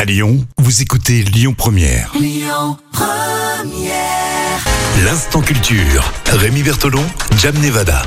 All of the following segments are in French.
À Lyon, vous écoutez Lyon Première. L'instant culture. Rémi Bertolon, Jam Nevada.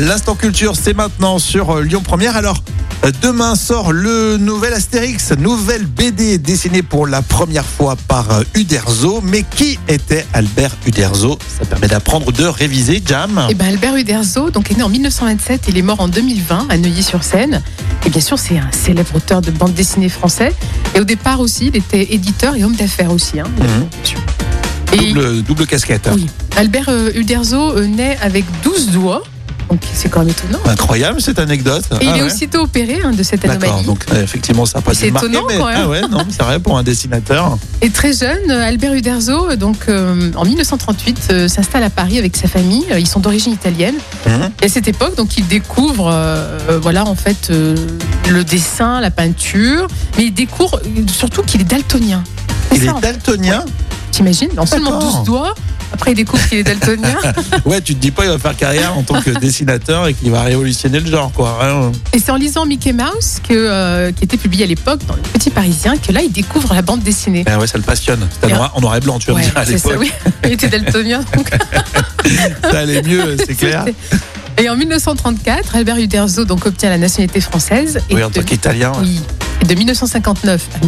L'instant culture, c'est maintenant sur Lyon Première. Alors, euh, demain sort le nouvel Astérix, nouvelle BD dessinée pour la première fois par euh, Uderzo. Mais qui était Albert Uderzo Ça permet d'apprendre, de réviser. Jam. Eh ben, Albert Uderzo, donc, est né en 1927, il est mort en 2020 à Neuilly-sur-Seine. Et bien sûr, c'est un célèbre auteur de bande dessinée français. Et au départ aussi, il était éditeur et homme d'affaires aussi. hein. Mhm. Et Double, double casquette. oui, Albert euh, Uderzo euh, naît avec 12 doigts, donc c'est quand même étonnant. Incroyable cette anecdote. Et Ah il est ouais. aussitôt opéré hein, de cette D'accord, anomalie. donc euh, effectivement, ça n'a pas C'est dû marquer, étonnant, mais- quand même. Ah ouais, non, mais c'est vrai pour un dessinateur. Et très jeune, euh, Albert Uderzo, euh, donc, euh, en 1938, euh, s'installe à Paris avec sa famille. Euh, Ils sont d'origine italienne. Mhm. Et à cette époque, donc, il découvre, euh, euh, voilà, en fait, euh, le dessin, la peinture, mais il découvre euh, surtout qu'il est daltonien. C'est Il ça, est en fait. daltonien. T'imagines En seulement D'accord. 12 doigts. Après, il découvre qu'il est daltonien. Ouais, tu te dis pas, il va faire carrière en tant que dessinateur et qu'il va révolutionner le genre, quoi. Hein. Et c'est en lisant Mickey Mouse, que, euh, qui était publié à l'époque dans Le Petit Parisien, que là, il découvre la bande dessinée. Ben ouais, ça le passionne. C'était en noir- en noir et blanc, tu vas me Ouais, dire à c'est ça, l'époque. oui. Il était daltonien, donc Ça allait mieux, c'est clair. C'était- Et en 1934, Albert Uderzo donc obtient la nationalité française. Et Oui, en de, tant qu'Italien. ouais. oui. Et de 1959 à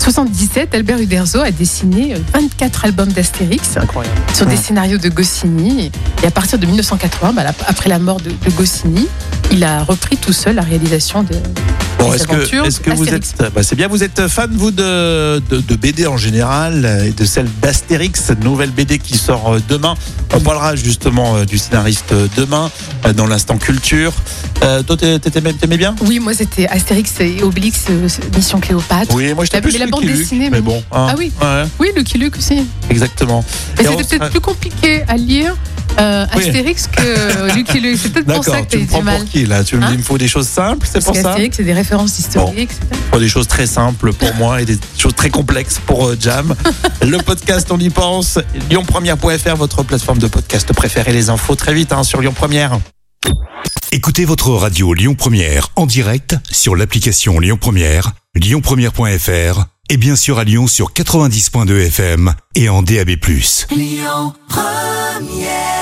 1977, Albert Uderzo a dessiné euh, 24 albums d'Astérix Incroyable. sur des Mmh. scénarios de Goscinny. Et à partir de 1980, bah, la- après la mort de, de Goscinny, il a repris tout seul la réalisation de. Bon, Les est-ce que, aventures est-ce que vous Astérix. êtes. bah, c'est bien, vous êtes fan, vous, de, de, de BD en général euh, et de celle d'Astérix, cette nouvelle BD qui sort euh, demain. On parlera justement euh, du scénariste euh, demain euh, dans l'instant culture. Euh, toi, t'es- t'étais- t'aimais, bien Oui, moi c'était Astérix et Obélix, euh, Mission Cléopâtre. Oui, moi, j'étais La- plus mais la Lucky bande Luke, dessinée, Mais mais- bon. hein. Ah oui. Ouais, Oui, Lucky Luke aussi. exactement. Mais Et on c'était sera- peut-être plus compliqué à lire euh, Oui. Astérix que Lucky Luke. C'est peut-être pour ça D'accord, tu que t'as eu me du prends mal. pour qui là Tu me dis, Hein il me faut des choses simples, c'est pour Parce ça qu'Astérix, c'est des références historiques, etc. Bon, des choses très simples pour moi et des choses très complexes pour euh, Jam. Le podcast, on y pense. LyonPremière.fr, votre plateforme de podcast préférée. Les infos très vite hein, sur Lyon Première. Écoutez votre radio Lyon Première en direct sur l'application Lyon Première, lyonpremière.fr et bien sûr à Lyon sur 90.2 FM et en DAB+. Lyon Première